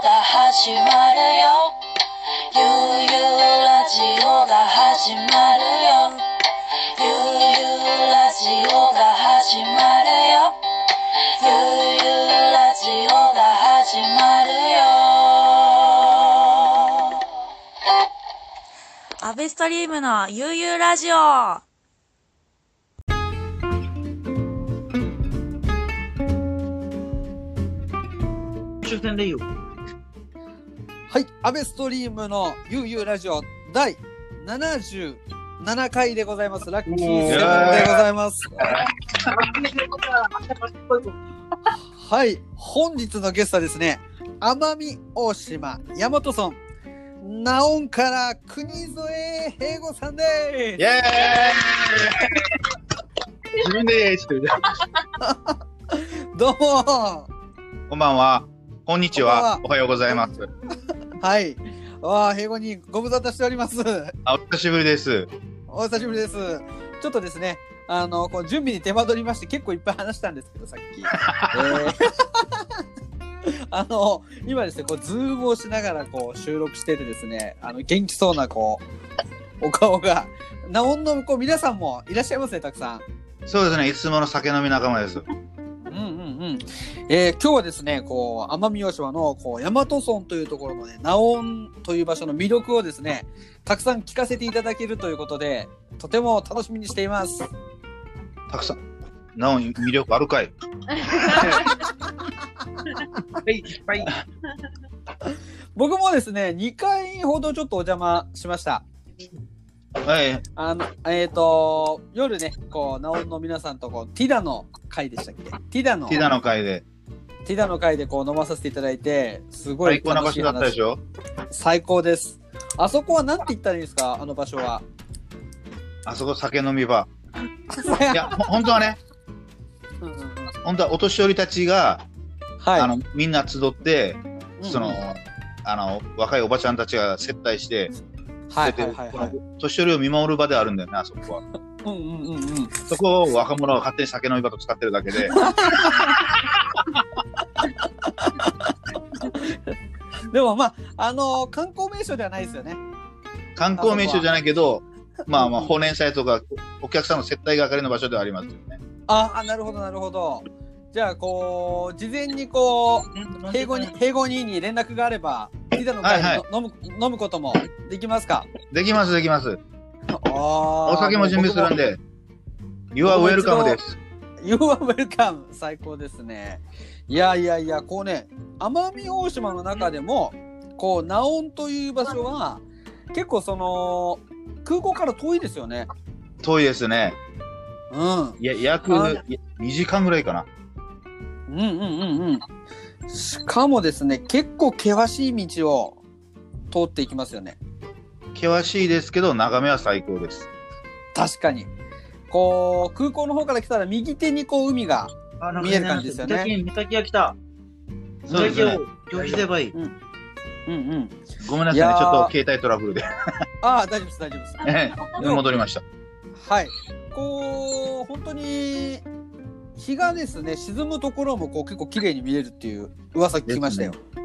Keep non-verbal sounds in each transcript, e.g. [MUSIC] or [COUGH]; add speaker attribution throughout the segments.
Speaker 1: 始まるよゆうゆうラジオが始まるよゆうゆうラジオが始まるよゆうゆうラジオが始まるよ
Speaker 2: アベストリームのゆうゆうラジオは
Speaker 3: 抽選でいいよ。
Speaker 4: はい、アベストリームのゆうゆうラジオ第77回でございます。ラッキーセブンでございます。はい、本日のゲストはですね、奄美大島大和村、ナオンから国添平吾さんで
Speaker 5: イエーイ自分でイエーイしてる。
Speaker 4: す。どうも。
Speaker 5: こんばんは。こんにちは。
Speaker 4: こ
Speaker 5: おはようございます。
Speaker 4: はい、わあ、平吾にご無沙汰しております。
Speaker 5: あ、お久しぶりです。
Speaker 4: お久しぶりです。ちょっとですね、あの、こう準備に手間取りまして、結構いっぱい話したんですけど、さっき。えー [LAUGHS] あの、今ですね、こうズームをしながら、こう収録しててですね、あの元気そうな、こう。お顔が、なおんの、こう皆さんもいらっしゃいますね、たくさん。
Speaker 5: そうですね。いつもの酒飲み仲間です。
Speaker 4: うんうんうん。えー今日はですね、こう、奄美大島の、こう、大和村というところのね、ナオンという場所の魅力をですね、たくさん聞かせていただけるということで、とても楽しみにしています。
Speaker 5: たくさん。なお、魅力あるかい。
Speaker 3: はい、いっぱい。
Speaker 4: 僕もですね、2回ほどちょっとお邪魔しました。
Speaker 5: はい。
Speaker 4: あの、えっ、と、夜ね、こう、ナオンの皆さんとこう、ティダの会でしたっけティダの、
Speaker 5: ティダの会で。
Speaker 4: ティダの会でこう飲まさせていただいて、すご
Speaker 5: 最
Speaker 4: い
Speaker 5: 高な場
Speaker 4: 楽し
Speaker 5: 所
Speaker 4: い
Speaker 5: だったで
Speaker 4: 話。
Speaker 5: しょ
Speaker 4: 最高です。あそこはなんて言ったらいいんですかあの場所
Speaker 5: [LAUGHS]
Speaker 4: は。
Speaker 5: あそこ酒飲み場。いや、ほ本当はね、
Speaker 4: うんうんうん
Speaker 5: 本当はお年寄りたちが、
Speaker 4: はい。
Speaker 5: あの、みんな集って、
Speaker 4: うんうん、
Speaker 5: その、あの、若いおばちゃんたちが接待して、
Speaker 4: はいはいはいはい。
Speaker 5: 年寄りを見守る場であるんだよね、あそこは。
Speaker 4: うんうんうんうん。
Speaker 5: そこを若者が勝手に酒飲み場と使ってるだ
Speaker 4: [LAUGHS]
Speaker 5: けで。
Speaker 4: でもまあ、あのー観光名所ではないですよね。
Speaker 5: 観光名所じゃないけど、まあまあ、
Speaker 4: うん
Speaker 5: 法年祭とか、お客さんの接待係の場所ではありますよね。
Speaker 4: ああ、なるほどなるほど。じゃあ、こう、事前にこう、平
Speaker 3: 語
Speaker 4: 行に、平行にに連絡があれば、ピザの会に
Speaker 5: はいは
Speaker 4: の飲む飲むこともできますか
Speaker 5: できます、できます。
Speaker 4: あ
Speaker 5: お
Speaker 4: お
Speaker 5: 酒も準備するん。で、You are
Speaker 4: 僕も
Speaker 5: welcome
Speaker 4: 一度
Speaker 5: です。
Speaker 4: You are welcome! 最高ですね。いやいやいや、こうね、奄美大島の中でも、こう、ナオンという場所は、結構その、空港から遠いですよね。
Speaker 5: 遠いですね。
Speaker 4: うん。
Speaker 5: いや、約
Speaker 4: あ
Speaker 5: 2時間ぐらいかな。
Speaker 4: うんうんうんうん。しかもですね、結構険しい道を通っていきますよね。
Speaker 5: 険しいですけど、眺めは最高です。
Speaker 4: 確かに。こう、空港の方から来たら右手にこう海が。見える感じですよね
Speaker 3: 三崎屋来た。三
Speaker 5: そうで
Speaker 3: 崎
Speaker 5: す
Speaker 3: 屋
Speaker 5: ね
Speaker 3: を。表示すればいい。
Speaker 4: うんうん。
Speaker 5: ごめんなさい
Speaker 4: い
Speaker 5: ね
Speaker 4: やー、
Speaker 5: ちょっと携帯トラブ
Speaker 4: [LAUGHS]
Speaker 5: ルで。
Speaker 4: ああ、大丈夫です、大丈夫です。
Speaker 5: ええ戻りました。
Speaker 4: はい。こう、本当に、日がですね、沈むところもこう結構綺麗に見えるっていう噂聞きましたよ。うん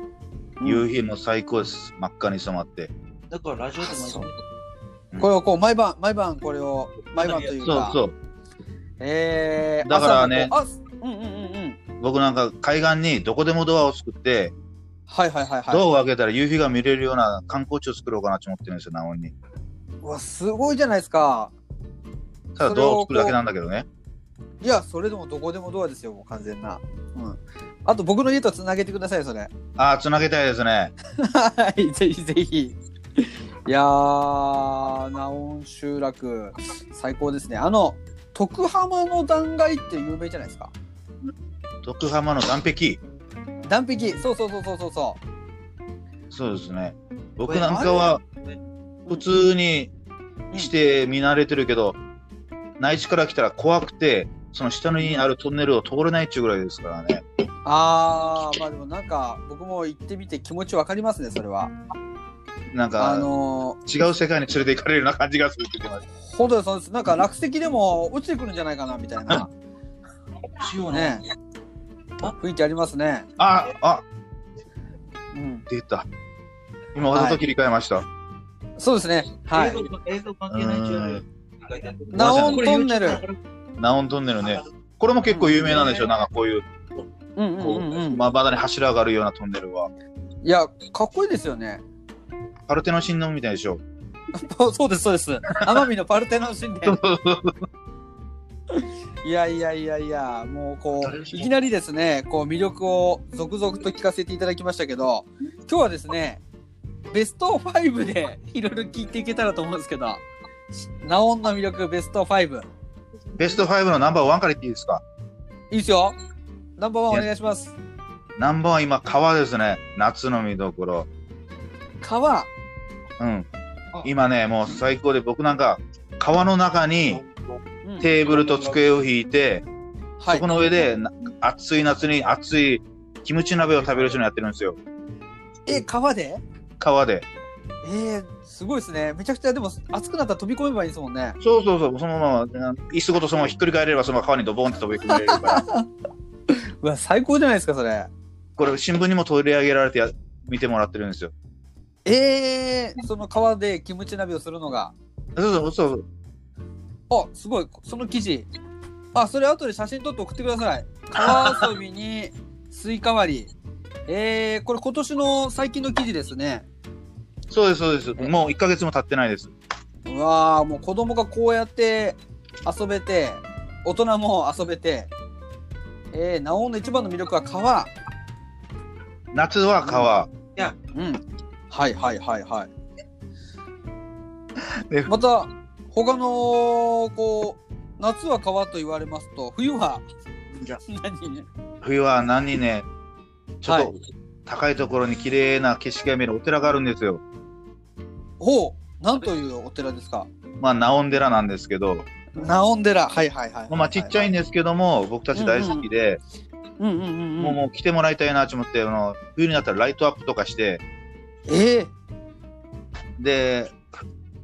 Speaker 5: 夕日も最高です。真っ赤に染まって。
Speaker 3: だからラジオでもいい
Speaker 4: そ
Speaker 3: と
Speaker 4: う
Speaker 3: 思う。
Speaker 4: これをこう、毎晩、毎晩これを、毎晩という
Speaker 5: そう
Speaker 4: か。
Speaker 5: そうう。
Speaker 4: えー、
Speaker 5: だからね
Speaker 4: 朝のこうあ、うんうんうんうん。
Speaker 5: 僕なんか海岸にどこでもドアを作って、
Speaker 4: はいはいはいはい。
Speaker 5: ドアを開けたら夕日が見れるような観光地を作ろうかなと思ってるんですよ、なおに。
Speaker 4: うわすごいじゃないですか
Speaker 5: ただ
Speaker 4: それを
Speaker 5: ドアを作るだけなんだけどね。
Speaker 4: いやそれでもどこでもドアですよもう完全な、うん、あと僕の家とつなげてくださいそれ
Speaker 5: ああ、つなげたいですね。
Speaker 4: はいぜひぜひいやーナオン集落最高ですねあの徳浜の断崖って有名じゃないですか
Speaker 5: 徳浜の岸壁。
Speaker 4: 断壁そうそうそうそうそうそう
Speaker 5: そうですね。僕なんかは普通にして見慣れてるけど、内地から来たら怖くて、その下にあるトンネルを通れないっちゅうぐらいですからね。
Speaker 4: あーまあでもなんか僕も行ってみて気持ちわかりますねそれは
Speaker 5: なん
Speaker 4: あ
Speaker 5: か、
Speaker 4: の
Speaker 5: 違う世界に連れて行かれるような感じがするって言ってまし
Speaker 4: ー本当にそうですなんか落石でも落ちてくるんじゃないかなみたいな
Speaker 3: しようね。
Speaker 4: ね雰囲気ありますね
Speaker 5: た。ああ
Speaker 4: うん
Speaker 5: 出た。今わざと切り替えました。
Speaker 4: そうですね。はい。
Speaker 3: 英語英語関係ないじゃない
Speaker 4: ナオントンネル。
Speaker 5: ナオントンネルね。これも結構有名なんでしょなんかこういう、
Speaker 4: うんう
Speaker 5: こ
Speaker 4: んうんう
Speaker 5: う、
Speaker 4: ん。
Speaker 5: まばらに柱があるようなトンネルは。
Speaker 4: いや、かっこいいですよね。
Speaker 5: パルテノ神殿みたいでしょ
Speaker 4: そうそうです、そうです。奄美のパルテノン神殿。いやいやいやいや、もうこう、いきなりですね、こう魅力を続々と聞かせていただきましたけど、今日はですね、ベスト5で [LAUGHS] いろいろ聞いていけたらと思うんですけど、ナオンの魅力ベスト5。
Speaker 5: ベスト5のナンバーワンから言っていいですか
Speaker 4: いいですよ。ナンバーワンお願いします。
Speaker 5: ナンバーワン今、川ですね。夏の見どころ。
Speaker 4: 川。
Speaker 5: うん。今ね、もう最高で僕なんか、川の中に
Speaker 4: うん
Speaker 5: テーブルと机を引いて、
Speaker 4: は
Speaker 5: そこの上でな暑い夏に暑いキムチ鍋を食べる人にやってるんですよ。
Speaker 4: え、川で
Speaker 5: 川で。
Speaker 4: えー、すごいですね。めちゃくちゃ、でも暑くなったら飛び込めばいいですもんね。
Speaker 5: そうそうそう、そのまま、椅子ごとそのままひっくり返れれば、そのまま川にドボンって飛び込んでれるから。
Speaker 4: うわ、最高じゃないですか、それ。
Speaker 5: これ、新聞にも取り上げられてや見てもらってるんですよ。
Speaker 4: えー、その川でキムチ鍋をするのが。
Speaker 5: そうそうそうそう。
Speaker 4: あ、すごい、その記事。あ、それ後で写真撮って送ってください。川遊びにスイカ割り。えー、これ今年の最近の記事ですね。
Speaker 5: そうです、そうです。もう1ヶ月も経ってないです。
Speaker 4: うわー、もう子供がこうやって遊べて、大人も遊べて。えー、なおの一番の魅力は川。
Speaker 5: 夏は川。
Speaker 4: うん。はいはいはいはい。
Speaker 5: で
Speaker 4: また、他の、こう、夏は川と言われますと、冬は、何
Speaker 5: 冬は何にね、ちょっと
Speaker 4: は
Speaker 5: 高いところに綺麗な景色が見えるお寺があるんですよ。
Speaker 4: ほう、なんというお寺ですか
Speaker 5: まあ、ナオン寺なんですけど、
Speaker 4: ナオン寺。はいはいはい。
Speaker 5: まあ、ちっちゃいんですけども、僕たち大好きで、
Speaker 4: うんうんうん
Speaker 5: もう
Speaker 4: うん。
Speaker 5: もう来てもらいたいなと思って、あの冬になったらライトアップとかして、
Speaker 4: えー、
Speaker 5: で、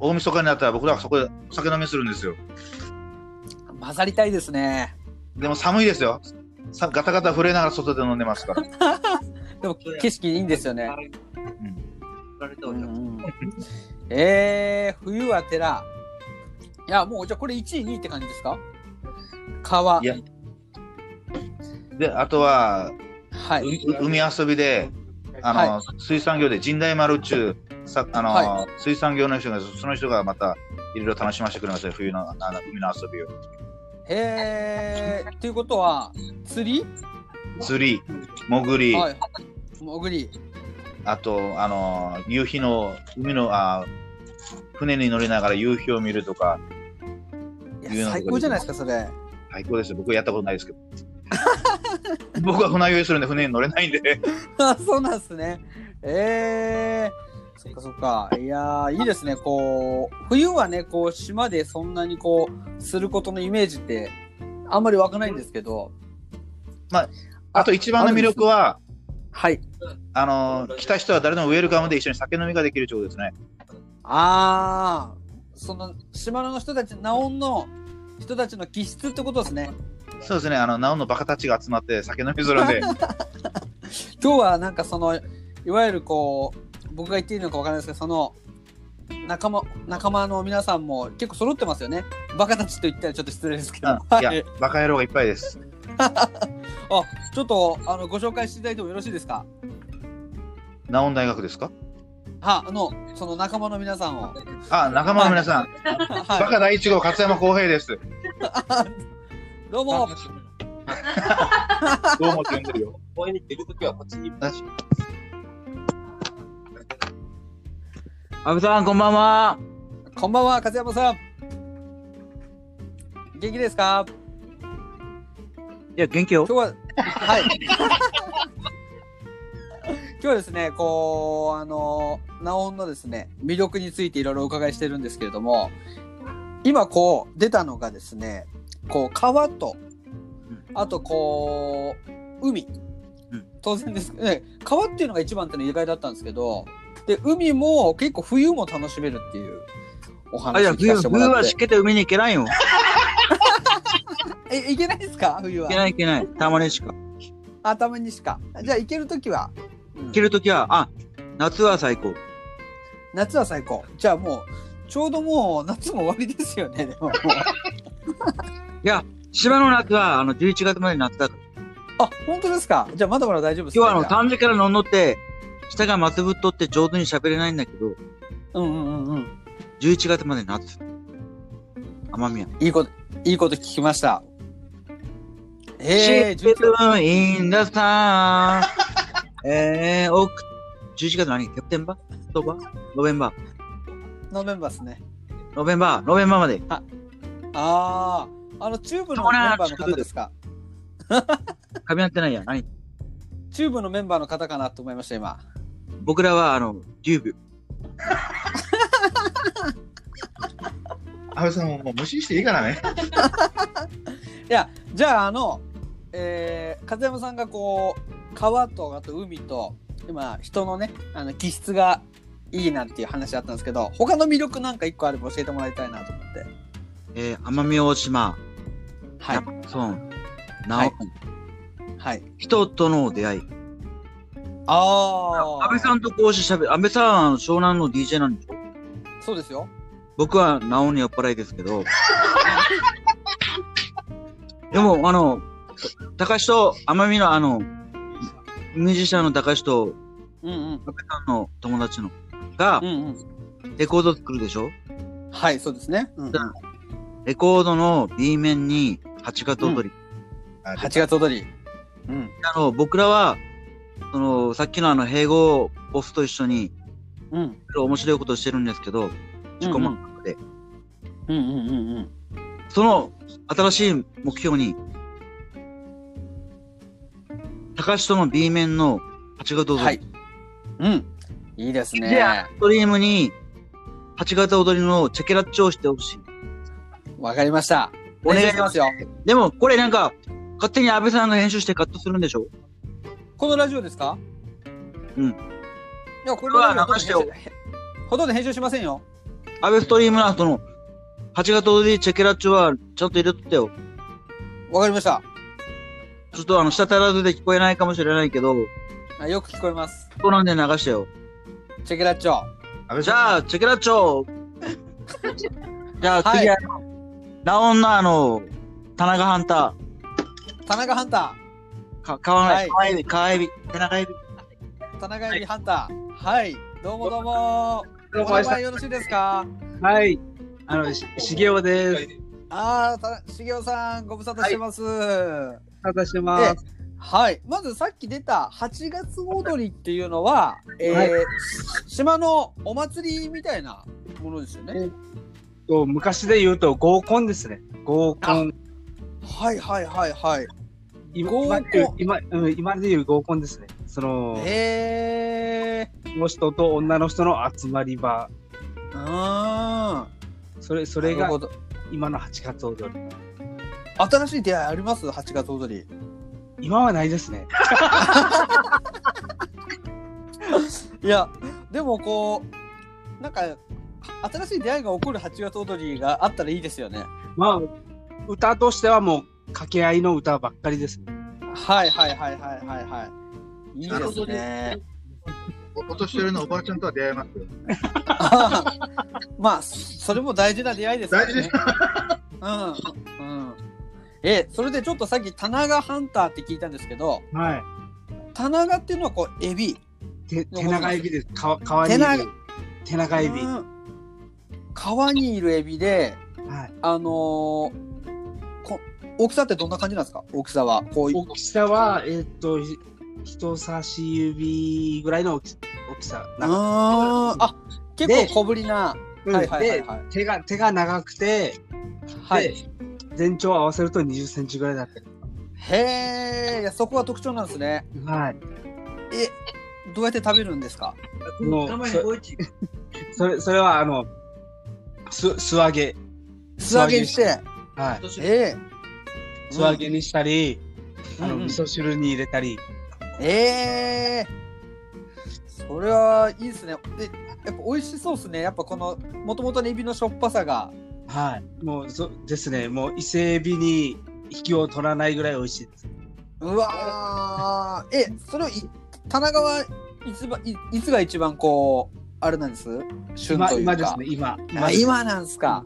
Speaker 5: 大晦日になったら僕らそこで酒飲みするんですよ。
Speaker 4: 混ざりたいですね。
Speaker 5: でも寒いですよ。さガタガタ震えながら外で飲んでますから。
Speaker 4: でも、景色いいんですよね。う
Speaker 3: うん
Speaker 4: んうん、えー、冬は寺。いや、もう、じゃあこれ1位、2位って感じですか川。
Speaker 5: いやで、あとは、
Speaker 4: は
Speaker 5: う
Speaker 4: い。
Speaker 5: 海遊びで、あの、
Speaker 4: は
Speaker 5: 水産業で神代丸っちゅう、さあの、
Speaker 4: は
Speaker 5: 水産業の人が、その人がまた、いろいろ楽しませてくれますよ、冬のあの海の遊びを。
Speaker 4: えー、ということは、釣り
Speaker 5: 釣り、潜り、
Speaker 4: はい。潜り。
Speaker 5: あと、あの、夕日の、海の、あ船に乗りながら夕日を見るとか、
Speaker 4: いや、最高じゃないですか、それ。 [LAUGHS]
Speaker 5: 最高ですよ。僕はやったことないですけど。僕は船酔いするんで、船に乗れないんで。
Speaker 4: あそうなんですね。えー、そっかそっか。いやー、いいですね。こう、冬はね、こう、島でそんなにこう、することのイメージって、あんまり湧かないんですけど。
Speaker 5: あと一番の魅力は、
Speaker 4: はい。
Speaker 5: あの、来た人は誰でもウェルカムで一緒に酒飲みができるということですね。
Speaker 4: あー、その、島の人たち、ナオンの人たちの気質ってことですね。
Speaker 5: そうですね、あの、ナオンのバカたちが集まって酒飲みするんで、
Speaker 4: 今日はなんかその、いわゆるこう、僕が言っていいのかわからないですけど、その、仲間、仲間の皆さんも結構揃ってますよね。バカたちと言ったらちょっと失礼ですけど。
Speaker 5: うんい
Speaker 4: は
Speaker 5: や、バカ野郎がいっぱいです。
Speaker 4: ちょっとあのご紹介していただいてもよろしいですか
Speaker 5: ナオン大学ですか
Speaker 4: はあのその仲間の皆さんを。はい、
Speaker 5: あ、仲間の皆さん、バカ第一号、勝山康平です。
Speaker 4: どうも
Speaker 5: どうもって呼んでるよ。
Speaker 3: 公園に出るときはこっちに。阿部さん、こんばんは。
Speaker 4: こんばんは勝山さん。元気ですか
Speaker 3: いや、元気よ
Speaker 4: 今。日はは
Speaker 3: [LAUGHS]
Speaker 4: い。今日はですねこうあのナオンのですね魅力についていろいろお伺いしてるんですけれども今こう出たのがですねこう川とあとこう海、
Speaker 3: うん
Speaker 4: 当然ですね川っていうのが一番ってのは意外だったんですけどで海も結構冬も楽しめるっていうお
Speaker 3: あ、
Speaker 4: 話
Speaker 3: じ
Speaker 4: を
Speaker 3: ゃ冬、
Speaker 4: 聞かせても
Speaker 3: 冬
Speaker 4: ら
Speaker 3: は
Speaker 4: って
Speaker 3: しけて海に行けないよ。行
Speaker 4: えいけないですか冬は
Speaker 3: けない行けない。たまにしか。
Speaker 4: 頭にしかじゃあ行ける時は、うん
Speaker 3: 行けるときは、あ、夏は最高。
Speaker 4: 夏は最高。じゃあもう、ちょうどもう夏も終わりですよね。でももう
Speaker 3: 芝の夏は、あの、11月まで夏だから。
Speaker 4: あ、本当ですか。じゃあまだまだ大丈夫です
Speaker 3: 今日はあの、
Speaker 4: じゃあ
Speaker 3: 3時から乗んのって、下がまつぶっとって上手に喋れないんだけど、
Speaker 4: うんうんうんうん。
Speaker 3: 11月まで夏。奄美や。
Speaker 4: いいこと、いいこと聞きました。ええー、
Speaker 3: シ
Speaker 4: 11
Speaker 3: ッ
Speaker 4: 月
Speaker 3: プインダサー。えー、オク、11月何キャプテンバートーバーノベンバー
Speaker 4: のメンバーですね。
Speaker 3: ノベンバーノベンバーまで。
Speaker 4: ああ、あの、チューブのメンバーの方ですか。
Speaker 3: 噛み合ってないや。何
Speaker 4: チューブのメンバーの方かなと思いました、今。
Speaker 3: 僕らは、あの、デューブ。
Speaker 5: 安倍さんももう無視していいからね。
Speaker 4: いや、じゃあ、あの、えー、風山さんがこう、川と、あと海と、今、人のね、あの、気質がいいなんていう話あったんですけど、他の魅力なんか一個あれば教えてもらいたいなと思って。
Speaker 3: えー、奄美大島、
Speaker 4: はい。
Speaker 3: そう。
Speaker 4: は
Speaker 3: なお
Speaker 4: い、はい。
Speaker 3: 人との出会い。
Speaker 4: ああ。
Speaker 3: 安倍さ
Speaker 4: ん。
Speaker 3: んとこうしてしゃべ安倍さん、湘南の DJ なんでしょ
Speaker 4: そうですよ。
Speaker 3: 僕は、なおに酔っ払いですけど。 [LAUGHS] でも、あの、高橋と、奄美のあの、ミュージシャンの高橋と、
Speaker 4: うんうん。
Speaker 3: 安倍さんの友達の、が
Speaker 4: う、ん
Speaker 3: レコード作るでしょ
Speaker 4: うん。はい、そうですね。うん、
Speaker 3: だレコードの B 面に、八月踊り。
Speaker 5: あ
Speaker 4: 8月踊り。うん。
Speaker 3: あの、僕らは、その、さっきのあの、併合ボスと一緒に、
Speaker 4: うん。
Speaker 3: 面白いことをしてるんですけど、自己満足で。
Speaker 4: うんうんうんうん。
Speaker 3: その新しい目標に、高橋との B 面の8月踊り、
Speaker 4: はい。うん。いいですね。
Speaker 3: いやストリームに8月踊りのチェケラッチョをしてほしい。
Speaker 4: わかりました。
Speaker 3: お願い
Speaker 4: 練習しますよ。
Speaker 3: でも、これなんか、勝手に安倍さんが編集してカットするんでしょ
Speaker 4: このラジオですか
Speaker 3: うん
Speaker 4: いや、こ
Speaker 3: れ
Speaker 4: れ
Speaker 3: は
Speaker 4: は
Speaker 3: 流してよ
Speaker 4: [LAUGHS] ほとんど編集しませんよ。
Speaker 3: 安倍ストリームな、その、8月踊りチェケラッチョはちゃんと入れとったよ。
Speaker 4: わかりました。
Speaker 3: ちょっとあの、下足らずで聞こえないかもしれないけど、
Speaker 4: あよく聞こえます。
Speaker 3: そうなんで流してよ。
Speaker 4: チェケラッチョ。
Speaker 5: 安倍
Speaker 3: じゃ
Speaker 5: さん
Speaker 3: あ、チェケラッチョじゃあ、次、
Speaker 4: は
Speaker 3: あの、ラオンのあの、田中ハンター。
Speaker 4: 田中ハンタ
Speaker 3: か、買わない。
Speaker 4: は
Speaker 3: 川エビ、川エビ、背中エビ。
Speaker 4: ー。田中エビハンター。はい。どうもどうも。お名前よろしいですか
Speaker 6: はい。あの、し、しげおです。
Speaker 4: ああ、たしげおさん、ご無沙汰してます。
Speaker 6: お待たせしてま。
Speaker 4: ですはい。まずさっき出た8月踊りっていうのは、えー
Speaker 6: はい
Speaker 4: し島のお祭りみたいなものですよね。
Speaker 6: と昔で言うと合コンですね。合コン。
Speaker 4: はいはいはいはい。
Speaker 6: 今
Speaker 4: 合コン
Speaker 6: 今で言う今、うん、今で言う合コンですね。その、
Speaker 4: へえ。
Speaker 6: 男の人と女の人の集まり場。
Speaker 4: うーん。
Speaker 6: それ、そ
Speaker 4: そ
Speaker 6: れが今の八月踊り。
Speaker 4: 新しい出会いあります ?8 月踊り。
Speaker 6: 今はないですね。
Speaker 4: いや、でもこう、なんか、新しい出会いが起こる8月踊りがあったらいいですよね。
Speaker 6: まあ、歌としてはもう掛け合いの歌ばっかりですね。
Speaker 4: はいはいはいはいはいはい。いいですね。
Speaker 5: お年寄りのおばあちゃんとは出会えますよ。
Speaker 4: [LAUGHS] まあ、それも大事な出会いですよね。
Speaker 5: 大事です。
Speaker 4: うん。うん。え、それでちょっとさっき、棚がハンターって聞いたんですけど、
Speaker 6: はい。
Speaker 4: 棚がっていうのはこう、エビ。
Speaker 6: 手、手長エビです。か、かわいい
Speaker 4: 手
Speaker 6: エビ。
Speaker 4: 長
Speaker 6: 手長エビ。
Speaker 4: う
Speaker 6: は
Speaker 4: ん川にいるエビで、
Speaker 6: い。
Speaker 4: あのーこ大きさってどんな感じなんですか大きさは。こうい
Speaker 6: 大きさは、えっと、ひ人差し指ぐらいの大き大きさ。なんか
Speaker 4: あーあ結
Speaker 6: で
Speaker 4: 構小ぶりな。
Speaker 6: うん
Speaker 4: はいはいはい
Speaker 6: で
Speaker 4: はい。
Speaker 6: 手が手が長くて、
Speaker 4: はい、
Speaker 6: 全長合わせると20センチぐらいだったり。
Speaker 4: へえ、いやそこが特徴なんですね。
Speaker 6: はい。
Speaker 4: え、どうやって食べるんですか
Speaker 6: もうそ [LAUGHS] それそれはあのす素揚げ、
Speaker 4: 素揚げにして。
Speaker 6: はい、
Speaker 4: え
Speaker 6: 素揚げにしたり、あ
Speaker 4: うん
Speaker 6: の
Speaker 4: うん
Speaker 6: 味噌汁に入れたり、
Speaker 4: ー、えー、それはいいですね。で、やっぱ美味しそうですね。やっぱこの、もともとのエビのしょっぱさが。
Speaker 6: はい。もうそですね、もう伊勢エビに引きを取らないぐらい美味しいです。
Speaker 4: うわーえ、それをい、田中はいつばいいつが一番こう、あれなんです旬
Speaker 6: 今
Speaker 4: というか
Speaker 6: 今ですね、今。
Speaker 4: あ
Speaker 6: です
Speaker 4: 今なんすか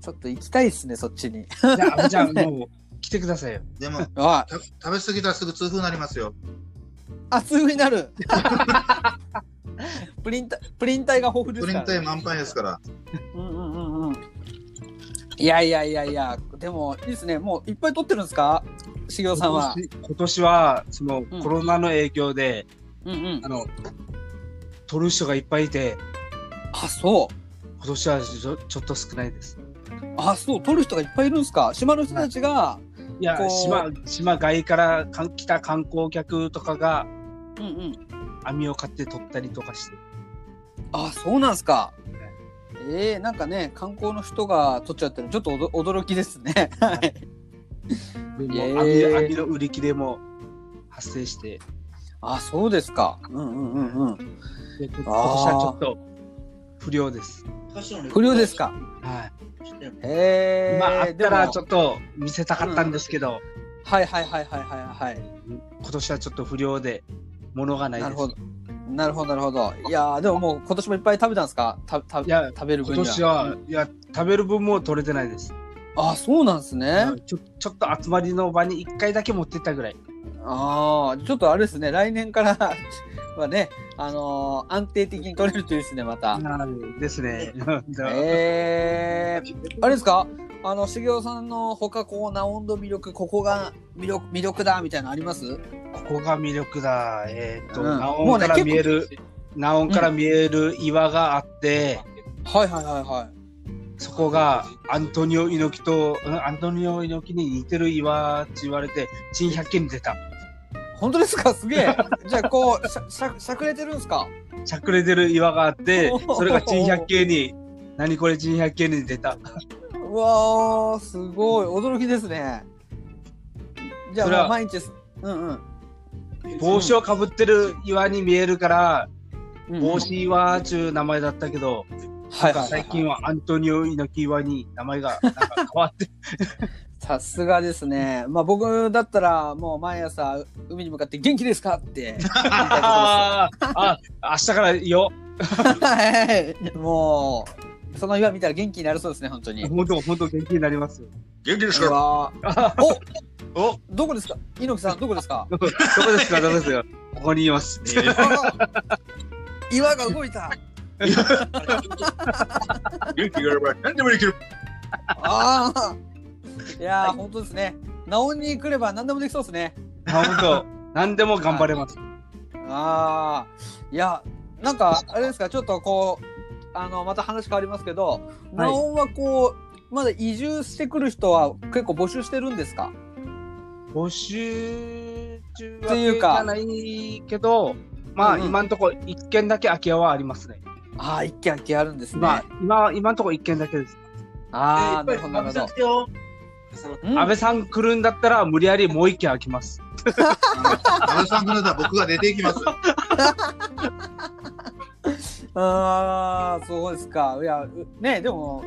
Speaker 4: ちょっと行きたいですねそっちに
Speaker 6: じゃあ、じゃあもう、来てくだ
Speaker 4: [LAUGHS]
Speaker 6: さいよ。
Speaker 5: でも、
Speaker 4: あ
Speaker 5: た食べ過ぎたらすぐ痛風になりますよ。
Speaker 4: 熱になる [LAUGHS] プリンタプリン体が豊富ですか
Speaker 5: プリ
Speaker 4: ら、
Speaker 5: ン
Speaker 4: ね、
Speaker 5: 体満杯ですから。
Speaker 4: うんうんうんうんいやいやいやいやでもいいですねもういっぱい取ってるんですか茂雄さんは
Speaker 6: 今年今年は、その、
Speaker 4: うん
Speaker 6: コロナの影響で、
Speaker 4: うんうん
Speaker 6: あの、取る人がいっぱいいて、
Speaker 4: あそう
Speaker 6: 今年はちょちょっと少ないです。
Speaker 4: あそう取る人がいっぱいいるんですか島の人たちが、
Speaker 6: いや
Speaker 4: こう、
Speaker 6: 島、島外からかん来た観光客とかが
Speaker 4: うんうん
Speaker 6: 網を買って取ったりとかして。
Speaker 4: あそうなんですかえー、なんかね観光の人が取っちゃってるのちょっとおど驚きですねはい
Speaker 6: でも
Speaker 4: へ
Speaker 6: 網
Speaker 4: ー
Speaker 6: 網の売り切れも発生して、
Speaker 4: あそうですかうんうんうんうん
Speaker 6: で今年
Speaker 4: あー
Speaker 6: はちょっと不良です。
Speaker 4: 不良ですか
Speaker 6: はい。
Speaker 4: へえ
Speaker 6: まあ、あったらちょ
Speaker 4: っ
Speaker 6: っと見せたかったんですけど、
Speaker 4: とはいはいはいはいはいはい
Speaker 6: 今年はちょっと不良で、物がないで
Speaker 4: な
Speaker 6: す。
Speaker 4: るほどなるほどなるほどいやーでももう今年もいっぱい食べたんですかたた
Speaker 6: いや
Speaker 4: 食べる分
Speaker 6: 今
Speaker 4: には
Speaker 6: 年は、いや、食べる分も取れてないです。
Speaker 4: あそうなんですね、
Speaker 6: うんちょちょっと集まりの場に1回だけ持ってったぐらい。
Speaker 4: ああちょっとあれですね来年から [LAUGHS] はねあのー安定的に取れるといいですねまた
Speaker 6: ですね。
Speaker 4: えー、あれですかあの茂雄さんの他こうナオンの魅力ここが魅力魅力だみたいなのあります
Speaker 6: ここが魅力だ。えーっと、
Speaker 4: うん
Speaker 6: ナ
Speaker 4: も
Speaker 6: オ
Speaker 4: う
Speaker 6: ン
Speaker 4: ね
Speaker 6: から
Speaker 4: 結構
Speaker 6: 見える、ナオンから見える岩があって、
Speaker 4: はいはいはいは
Speaker 6: そこがアントニオ猪木と、うんアントニオ猪木に似てる岩って言われて、珍百景に出た。
Speaker 4: い本当ですかすげ
Speaker 6: [LAUGHS]
Speaker 4: えじゃあこうしゃしゃしゃくれてるんですか
Speaker 6: しゃくれてる岩があって
Speaker 4: お、ー
Speaker 6: それが珍百景に、何これ珍百景に出た。
Speaker 4: うわーすごい驚きですねじゃあ
Speaker 6: それは
Speaker 4: もう毎日すうんうん
Speaker 6: 帽子をかぶってる岩に見えるから、
Speaker 4: うんうん
Speaker 6: 帽子岩ちゅう名前だったけど、
Speaker 4: はいはいはい
Speaker 6: 最近はアントニオ猪木岩に名前がなんか変わって、
Speaker 4: さすがですね。まあ僕だったらもう毎朝海に向かって元気ですかって言いたいところです
Speaker 6: あーあ、明日からよ、
Speaker 4: はいもうその岩見たら元気になるそうですね本当に。
Speaker 6: 本当、本当元気になりますよ。
Speaker 5: 元気です
Speaker 4: う
Speaker 5: か
Speaker 4: わ
Speaker 6: あ
Speaker 5: お
Speaker 4: ーどこですか猪木さんどこですか
Speaker 6: どこどこですか、どこですか、ここにいます。
Speaker 4: あ岩が動いた
Speaker 5: 元気があれば何でもできる。
Speaker 4: ああいやー本当ですね。ナオンに来れば何でもできそうですね。
Speaker 6: あ本当、何でも頑張れます。
Speaker 4: ああいやなんかあれですかちょっとこうあのまた話変わりますけど、ナオンはこうまだ移住してくる人は結構募集してるんですか
Speaker 6: 募集中
Speaker 4: っていうか
Speaker 6: はないけど、まあ、
Speaker 4: うんうん
Speaker 6: 今のところ一軒だけ空き家はありますね。
Speaker 4: ああ一軒空き家あるんですね、
Speaker 6: まあ、今は、今のところ一軒だけです。
Speaker 4: ああなるほどなるほどうん
Speaker 6: 安倍さん来るんだったら、無理やりもう一軒空きます。
Speaker 5: 安倍さんからだ僕が出ていきます。
Speaker 4: ああそうですかいやうねでも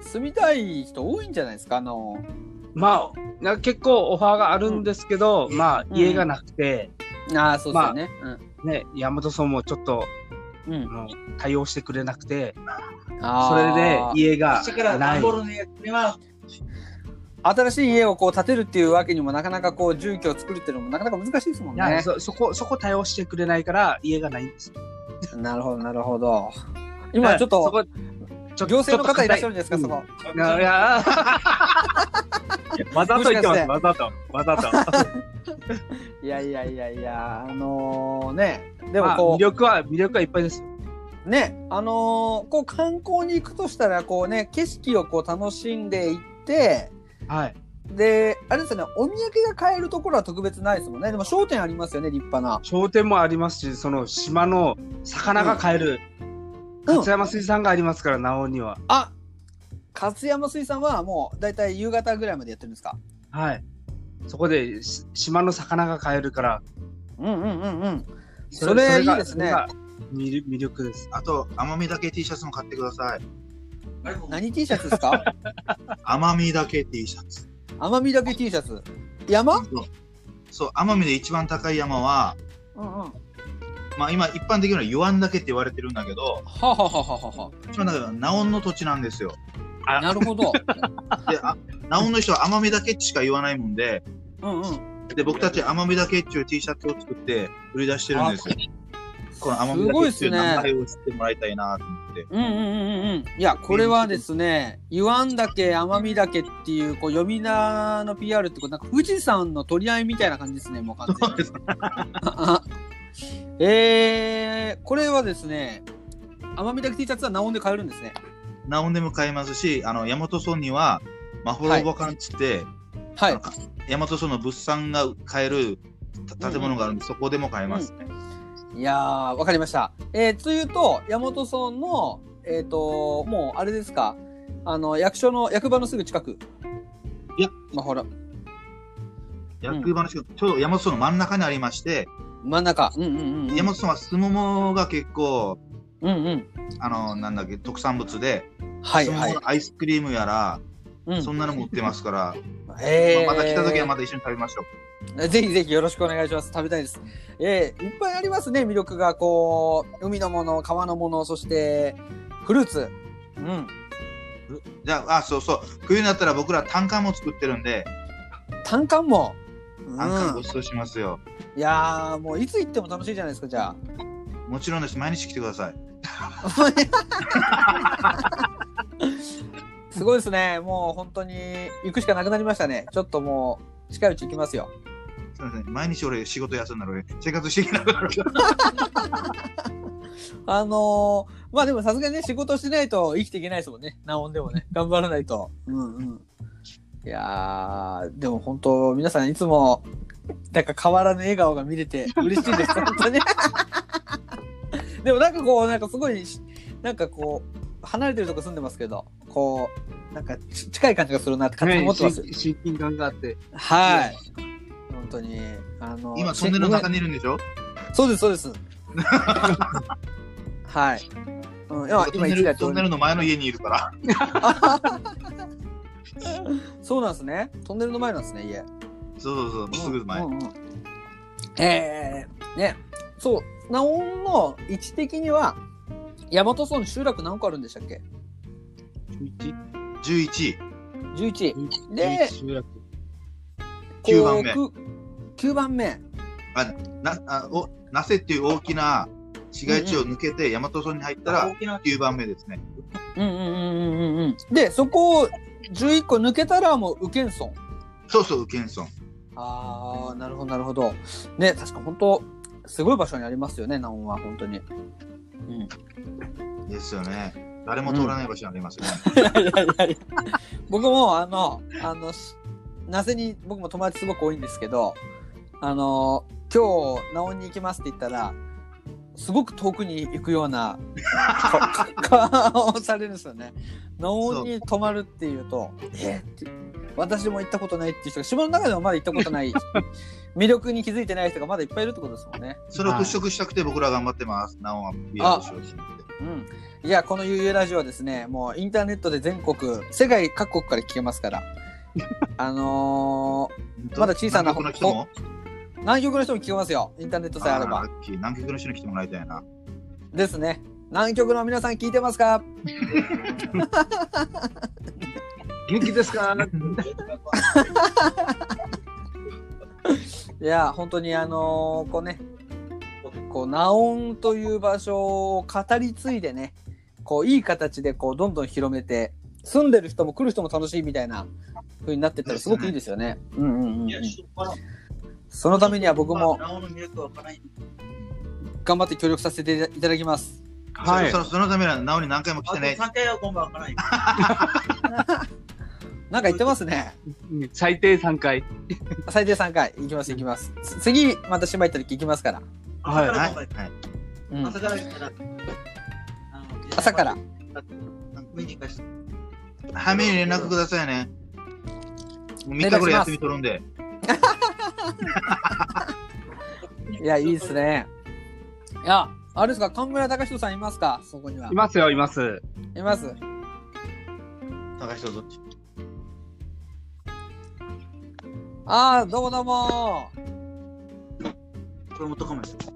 Speaker 4: 住みたい人多いんじゃないですかナオン
Speaker 6: まあ、な結構オファーがあるんですけど、まあ、
Speaker 4: うん
Speaker 6: 家がなくて、
Speaker 4: ああそうですよね、
Speaker 6: ね、大和村もちょっと、
Speaker 4: うんう
Speaker 6: あ
Speaker 4: ん
Speaker 6: の対応してくれなくて、
Speaker 4: あ
Speaker 6: それで
Speaker 4: ー
Speaker 6: 家がない。
Speaker 4: 新しい家をこう建てるっていうわけにもなかなかこう住居を作るっていうのもなかなか難しいですもん
Speaker 6: いや
Speaker 4: ね
Speaker 6: そそこ、そこ対応してくれないから、家がないんです。
Speaker 4: なるほどなるほど
Speaker 6: だか
Speaker 4: 今
Speaker 6: ら
Speaker 4: ちょっと
Speaker 6: そこちょ
Speaker 4: 行政の方いらっしゃ
Speaker 6: る
Speaker 4: るんですか、
Speaker 6: うん
Speaker 4: そこ。
Speaker 6: いや、いや
Speaker 4: [LAUGHS]
Speaker 6: わざと言ってます、わざと。わざと。
Speaker 4: いやいやいやいや、あのーね、 [LAUGHS] で
Speaker 6: で
Speaker 4: も
Speaker 6: も
Speaker 4: こ
Speaker 6: 魅力は、魅力はいっぱいです。
Speaker 4: う、ね、あのーこう観光に行くとしたら、こうね、景色をこう楽しんでいって、
Speaker 6: はい。
Speaker 4: で、あれですよね、お土産が買えるところは特別ないですもんね。でも商店ありますよね、立派な。
Speaker 6: 商店もありますし、その島の魚が買える、
Speaker 4: うん
Speaker 6: 勝山水産がありますから、なおには。
Speaker 4: あ勝山水産はもう、だいたい夕方ぐらいまでやってるんですか
Speaker 6: はい。そこでし島の魚が買えるから、
Speaker 4: うんうんうんうん。それいい
Speaker 6: が
Speaker 4: です
Speaker 6: それ
Speaker 4: ね。
Speaker 6: が魅力魅力です。
Speaker 5: あと、甘みだけ T シャツも買ってください。
Speaker 4: 何 T シャツです [LAUGHS] か
Speaker 5: 甘みだけ T シャツ。
Speaker 4: 甘みだけ T シャツ。山
Speaker 5: そう、奄美で一番高い山は、
Speaker 4: うんうん。
Speaker 5: まあ今一般的には湯湾岳って言われてるんだけど、
Speaker 4: ははははは
Speaker 5: うちの中ではナオンの土地な
Speaker 4: [LAUGHS]
Speaker 5: んですよ。
Speaker 4: は。なるほど。
Speaker 5: で、あナオンの人は奄美岳っちしか言わないもんで、
Speaker 4: うんうん。
Speaker 5: で、僕たち奄美岳っちゅう T シャツを作って売り出してるんですよ。この奄美
Speaker 4: すごいっ
Speaker 5: 岳っちゅ
Speaker 4: す
Speaker 5: う
Speaker 4: ね
Speaker 5: 名前を知ってもらいたいなと思って。
Speaker 4: うんうんうんうんうん。いや、これはですね、言わんだけ、奄美だけっていう、こう、呼び名の PR ってこと、なんか富士山の取り合いみたいな感じですね、もう完全
Speaker 5: [LAUGHS]
Speaker 4: に。ああえー、これはですね、奄美だけ T シャツはナオンで買えるんですね。
Speaker 5: ナオンでも買えますし、あの、大和村には、マホロボ館っつって、
Speaker 4: はい。
Speaker 5: 大和村の物産が買えるた建物があるんで、そこでも買えますね。
Speaker 4: いやー、わかりました。えー、というと、山本村の、えっ、と、もう、あれですか、あの、役所の、役場のすぐ近く。
Speaker 5: いや、
Speaker 4: まあ、ほら、
Speaker 5: 役場の近く、ちょうど大和村の真ん中にありまして、
Speaker 4: 真ん中。うんうんうん、うん。
Speaker 5: 大和村はスモモが結構、
Speaker 4: うんうん。
Speaker 5: あの、なんだっけ、特産物で、
Speaker 4: はい
Speaker 5: スモ
Speaker 4: は
Speaker 5: モ
Speaker 4: い。
Speaker 5: のアイスクリームやら、
Speaker 4: うん、
Speaker 5: そんなのも売ってますから、
Speaker 4: えー
Speaker 5: まあまた来た時はまた一緒に食べましょう。
Speaker 4: ぜひぜひよろしくお願いします。食べたいです。えー、いっぱいありますね、魅力が。こう、海のもの、川のもの、そして、フルーツ。うん。
Speaker 5: じゃあ、あ、そうそう、冬になったら僕ら単管も作ってるんで、
Speaker 4: 単管も。うん
Speaker 5: 単管ごちそうしますよ。
Speaker 4: いやー、もういつ行っても楽しいじゃないですか、じゃあ。
Speaker 5: もちろんです、毎日来てください。
Speaker 4: すごいですね。もう本当に行くしかなくなりましたね。ちょっともう近いうち行きますよ。
Speaker 5: すみません、毎日俺仕事休んだら俺、生活していけなくなるから。
Speaker 4: あのー、まあでもさすがにね、仕事しないと生きていけないですもんね。なおんでも
Speaker 5: [LAUGHS]
Speaker 4: ね、頑張らないと。うんうん。いやー、でも本当、皆さんいつも、なんか変わらぬ笑顔が見れて嬉しい
Speaker 5: [LAUGHS]
Speaker 4: です、本当に。 [LAUGHS] でもなんかこう、なんかすごいし、なんかこう、離れてるとこ住んでますけど、こう、なんかち近い感じがするなって勝手に思ってます。
Speaker 6: ね親近感があって。
Speaker 4: はい。本当に、 [LAUGHS] あのー、
Speaker 5: 今、トンネルの中にいるんでしょ
Speaker 4: そうです、そう
Speaker 5: [LAUGHS]
Speaker 4: です。はい。うん、今、
Speaker 5: ト
Speaker 4: 今
Speaker 5: ンネ
Speaker 4: 一台
Speaker 5: ル
Speaker 4: 通
Speaker 5: トンネ
Speaker 4: り。
Speaker 5: ルの前の家にいるから。
Speaker 4: そうなんですね。トンネルの前なんですね、家。
Speaker 5: そうそうそう、もうすぐ前。
Speaker 4: うんうんうんえー、ね、そう、ナオンの位置的には、大和村集落何個あるんでしたっけ
Speaker 5: 11
Speaker 4: ?11。で
Speaker 6: で、集落
Speaker 5: 9番目
Speaker 4: 9番目。
Speaker 5: なあお那瀬っていう大きな市街地を抜けて大和村に入ったら9番目ですね。
Speaker 4: うんうんうんうんうんうん。で、そこを11個抜けたらもう右県村。
Speaker 5: そうそう、右謙村。
Speaker 4: ああ、なるほど、なるほど。ね、確か本当、すごい場所にありますよね、ナオンは、本当に。うん。
Speaker 5: ですよね。誰も通らない場所にありますよね。
Speaker 4: いやいやいや僕も、あの、あの、しなぜに、僕も友達すごく多いんですけど、あの、今日、ナオンに行きますって言ったら、すごく遠くに行くような顔をされるんですよね。ナオンに泊まるっていうと、えーって私も行ったことないっていう人が、島の中でもまだ行ったこと [LAUGHS] ない、魅力に気づいてない人がまだいっぱいいるってことですもんね。
Speaker 5: それを払拭したくて僕ら頑張ってます。なおは PR しようとして
Speaker 4: うん、いやこの「ゆうゆうラジオ」はですねもうインターネットで全国世界各国から聞けますからあのまだ小さな
Speaker 5: 南極の人も
Speaker 4: ー、南極の人も聞けますよインターネットさえあれ
Speaker 5: あ
Speaker 4: ば
Speaker 5: ーラッキー南極の人に来てもらいたいな。
Speaker 4: ですね南極の皆さん聞いてますか
Speaker 6: 元気ですか
Speaker 4: いや本当にあのーこうねこうナオンという場所を語り継いでねこういい形でこうどんどん広めて住んでる人も来る人も楽しいみたいな風になってったらすごくいいですよね。うんうんうんうん、そのためには僕も頑張って協力させていただきます。
Speaker 6: はい
Speaker 5: そ。そそのためにはなおに何回も来てね。
Speaker 4: なんか言ってますね。
Speaker 6: うん [LAUGHS] 最低3回。
Speaker 4: 最低3回。行きます、行きます。つ次、また島行った時行きますから。
Speaker 6: はい。
Speaker 5: はい。はい
Speaker 4: うん
Speaker 7: 朝から来たら、
Speaker 4: 朝から。
Speaker 7: 見に行かして。
Speaker 5: 早めに連絡くださいね。もう3日ぐらい休み取るんで。
Speaker 4: いや、いいですね。いや、あれですか、神村隆人さんいますかそこには。
Speaker 6: いますよ、います。
Speaker 4: います。
Speaker 5: 高橋どっち
Speaker 4: ああ、どうもどうも。
Speaker 7: これ持っとかもしれない。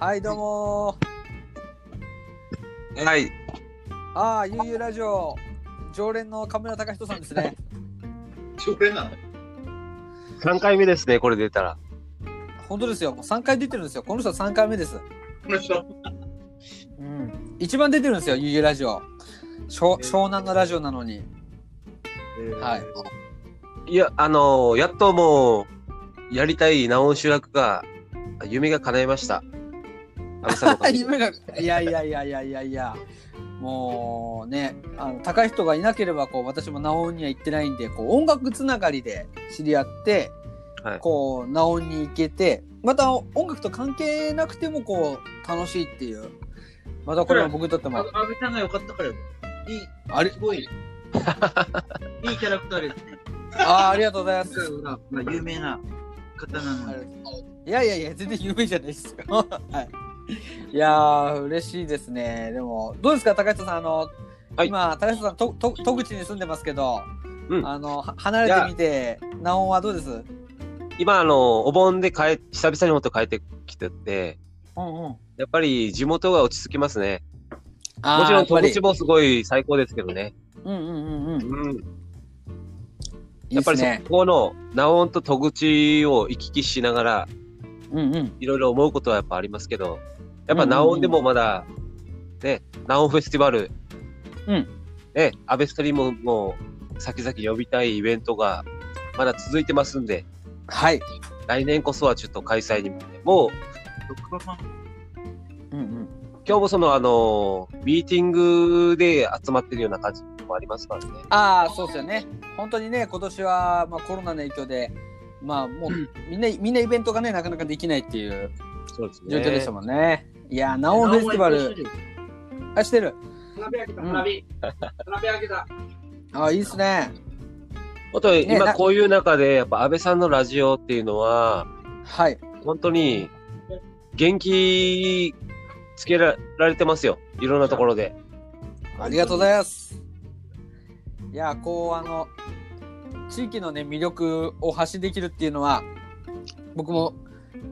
Speaker 4: はい、どうも
Speaker 6: はい。
Speaker 4: ー。ああ、ゆうゆうラジオ、常連の亀田隆人さんですね。
Speaker 5: 常連なの
Speaker 8: 3回目ですね、これ出たら。
Speaker 4: 本当ですよ、もう3回出てるんですよ。この人3回目です。
Speaker 5: この人。
Speaker 4: うん。一番出てるんですよ、ゆうゆうラジオ。湘湘南のラジオなのに。はい。
Speaker 8: いや、あのーやっともう、やりたいナオン集落が、夢が叶いました。安倍さんのおかげで
Speaker 4: [LAUGHS] 夢がいやいやいやいやいやいやもうねあの高い人がいなければこう私もナオンには行ってないんでこう音楽つながりで知り合って、
Speaker 8: はい
Speaker 4: こうナオンに行けてまた音楽と関係なくてもこう楽しいっていうまたこれは僕にとっても
Speaker 7: 阿部さんが良かったからよ。い
Speaker 4: あれ
Speaker 7: い、すごい。いいキャラクターですね。
Speaker 4: あーありがとうございます。
Speaker 7: は
Speaker 3: まあ、有名な方なので。
Speaker 4: いやいやいや全然有名じゃないですよ。はい、いやー嬉しいですね。でもどうですか高橋さんあの、
Speaker 8: はい
Speaker 4: 今高橋さんとと戸口に住んでますけど、
Speaker 8: うん
Speaker 4: あのは離れてみてナオンはどうです？うん
Speaker 8: 今、あのーお盆で帰、久々に本当帰ってきてて、
Speaker 4: うん。
Speaker 8: やっぱり地元が落ち着きますね。
Speaker 4: あー
Speaker 8: もちろ
Speaker 4: や
Speaker 8: ん、
Speaker 4: っぱ
Speaker 8: 友
Speaker 4: り
Speaker 8: 達もすごい最高ですけどね。
Speaker 4: うんうんうんうん。
Speaker 8: う
Speaker 4: い
Speaker 8: ん。
Speaker 4: い
Speaker 8: や
Speaker 4: っ
Speaker 8: っぱ
Speaker 4: す
Speaker 8: りそ
Speaker 4: ね。
Speaker 8: この、ナオンと戸口を行き来しながら、
Speaker 4: うんうん。
Speaker 8: いろいろ思うことはやっぱありますけど、やっぱナオンでもまだ、ね、ナオンフェスティバル、
Speaker 4: うん。
Speaker 8: ね、アベストリーももう、先々呼びたいイベントが、まだ続いてますんで、
Speaker 4: はい。
Speaker 8: 来年こそはちょっと開催に向けて、もう、
Speaker 4: うんうん。
Speaker 8: 今日もその、あのー、ミーティングで集まってるような感じもありますからね。
Speaker 4: ああそうですよね。本当にね今年はまあコロナの影響で。まあもうみんなみんなイベントがねなかなかできないっていう
Speaker 8: そうですね。
Speaker 4: 状況でしたもんね。いやーナオンフェスティバル。あ、してる。
Speaker 7: 花火開けた、
Speaker 4: うん
Speaker 7: 花火。花火開けた。
Speaker 4: あ、いいですね。
Speaker 8: あと、
Speaker 4: ねな
Speaker 8: 今こういう中で、やっぱ安倍さんのラジオっていうのは、
Speaker 4: はい。
Speaker 8: 本当に、元気つけられてますよ。いろんなところで。
Speaker 4: ありがとうございます。いや、こう、あの、地域のね、魅力を発信できるっていうのは、僕も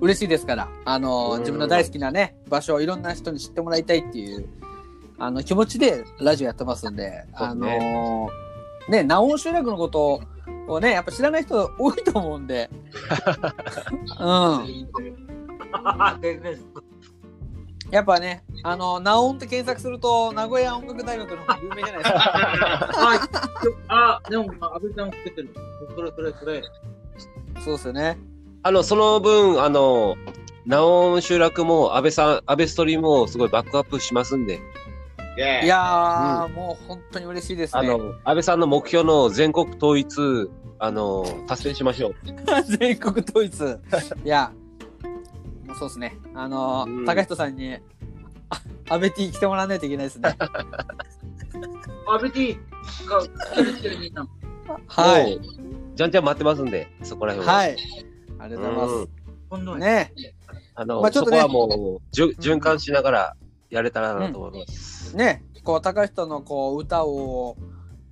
Speaker 4: 嬉しいですから、あ
Speaker 8: う
Speaker 4: の、
Speaker 8: ん
Speaker 4: 自分の大好きなね、場所をいろんな人に知ってもらいたいっていう、あの、気持ちでラジオやってますんで、
Speaker 8: そう
Speaker 4: あ
Speaker 8: ね
Speaker 4: の、ね、ナオン集落のことをね、やっぱ知らない人多いと思うん
Speaker 8: [LAUGHS]
Speaker 4: で、うん。
Speaker 7: 全然
Speaker 4: やっぱね、あの、ナオンって検索すると、名古屋音楽大学の方が有名じゃないですか。
Speaker 8: [LAUGHS]
Speaker 7: あ、でも、阿部さんもつけてる。それそれそれ。
Speaker 4: そうですよね。
Speaker 8: あの、その分、あの、ナオン集落も、安倍さん、安倍ストリームもすごいバックアップしますんで、
Speaker 4: いやー、もう本当に嬉しいです
Speaker 8: あ
Speaker 4: ね。
Speaker 8: の、安倍さんの目標の全国統一、あの、達成しましょう。
Speaker 4: 全国統一。いや、もうそうですね。あの、
Speaker 8: うん
Speaker 4: 高人さんに、あアベティ来てもらわないといけないですね。
Speaker 7: 阿部 T がつけるつける兄さん。
Speaker 4: はい。
Speaker 8: もう。じゃんじゃん待ってますんで、そこら辺は。。
Speaker 4: はいい。ありがとうござい
Speaker 3: 今度
Speaker 4: ま
Speaker 3: は
Speaker 4: す。
Speaker 3: ね、
Speaker 4: ね
Speaker 8: あの、
Speaker 4: まあちょっと
Speaker 8: そこ
Speaker 4: ね
Speaker 8: はもう、じゅ循環しながらやれたらなと思います。
Speaker 4: ねこう高人のこう歌を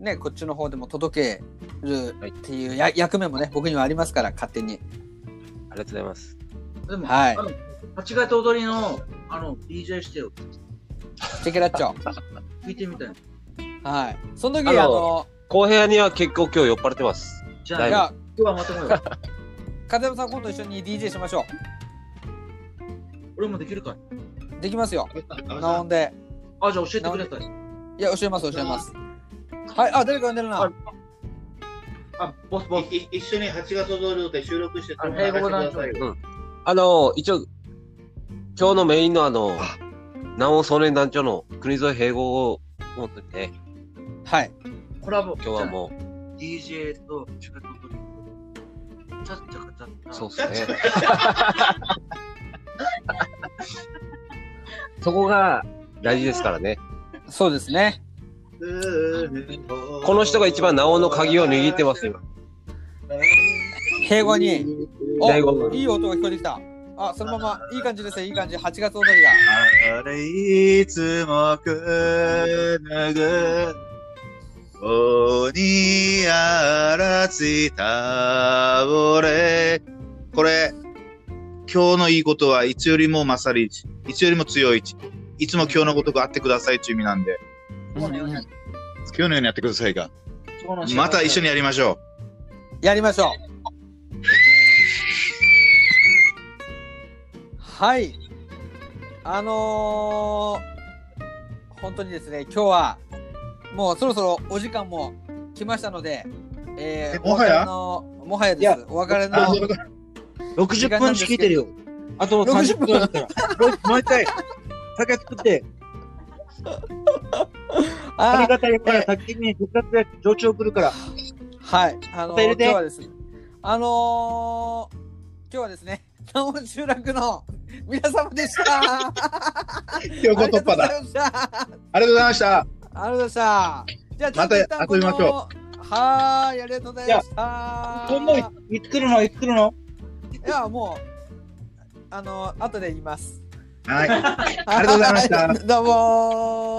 Speaker 4: ねこっちの方でも届けるっていうや、役目もね僕にはありますから勝手に
Speaker 8: ありがとうございます。
Speaker 7: でも、
Speaker 4: はい
Speaker 7: あの八月踊りの、あの、DJ してよ。
Speaker 4: チェケラッチョ
Speaker 7: 聞いてみたい。
Speaker 4: はいその時あ
Speaker 8: あ
Speaker 4: の
Speaker 8: の後編には結構今日酔っ払ってます。
Speaker 7: じ
Speaker 8: だ
Speaker 7: ゃ
Speaker 8: い
Speaker 4: い
Speaker 7: あ、
Speaker 8: ぶ
Speaker 4: や
Speaker 7: 今日はまた来よう。
Speaker 4: 風間さん今度一緒に DJ しましょ
Speaker 7: 俺もできるかいう
Speaker 4: できますよな
Speaker 5: あ
Speaker 4: おんで
Speaker 7: あ、じゃあ教えてください。
Speaker 4: いや教えます教えますはいあ誰か呼んでるな
Speaker 7: あ、ボスボス。
Speaker 5: いい一緒に8月踊るで収録して
Speaker 7: あ英語なんちゃう
Speaker 8: あの、一応、今日のメインのあの、南欧少年団長の国添併合を、本当にね、
Speaker 4: はい
Speaker 7: コラボ。
Speaker 8: 今日はも
Speaker 7: う。DJ と八月踊りと。ちゃっちゃかちゃっちゃ。
Speaker 8: う、そうですね。そこが大事ですからね。
Speaker 4: そうですね
Speaker 8: この人が一番ナオの鍵を握ってます、今。
Speaker 4: 平語にお
Speaker 8: 大悟
Speaker 4: いい音が聞こえてきたあそのままいい感じですよいい感じ8月踊りが
Speaker 5: あれいつもくぬぐ鬼あらつたぼれこれ今日のいいことはいつよりも勝りいつよりも強いち。いつも今日のごとく会ってくださいという意味なんで、今日のようにやってくださいが、また一緒
Speaker 7: に。
Speaker 5: にやりましょ
Speaker 4: やりましょう。はい。あのー、本当にですね、今日は、もうそろそろお時間も来ましたので、えー、
Speaker 5: えもはや
Speaker 4: お別れのもはや
Speaker 6: い
Speaker 4: で
Speaker 6: や
Speaker 4: す。お別れ
Speaker 5: う。あ
Speaker 4: の、
Speaker 3: 60分聞いてる
Speaker 7: [LAUGHS]
Speaker 3: よ。
Speaker 6: あと
Speaker 4: 60
Speaker 6: 30
Speaker 4: 分
Speaker 6: 分だったら、
Speaker 3: もう一回、酒作って、髪
Speaker 4: あ
Speaker 3: 型やから、先に復活で上長来るから。
Speaker 4: はい。あの
Speaker 3: お便
Speaker 4: ー、
Speaker 3: りで
Speaker 4: 今日はですね、あのー、今日はですね、 [LAUGHS] 南音集落の皆様でした。
Speaker 5: 強行突破だ。
Speaker 4: ありがとうございました。
Speaker 5: ありがとうございました。
Speaker 4: ありがとうございました。じゃあ、ちょ
Speaker 5: また
Speaker 4: っと一旦この
Speaker 5: 遊びましょ
Speaker 4: はーい、ありがとうございました。
Speaker 6: どんどんいつ来るのいつ来るの
Speaker 4: いや、もう、あの、後で言います。
Speaker 5: はい。ありがとうございました
Speaker 4: は。どうもー。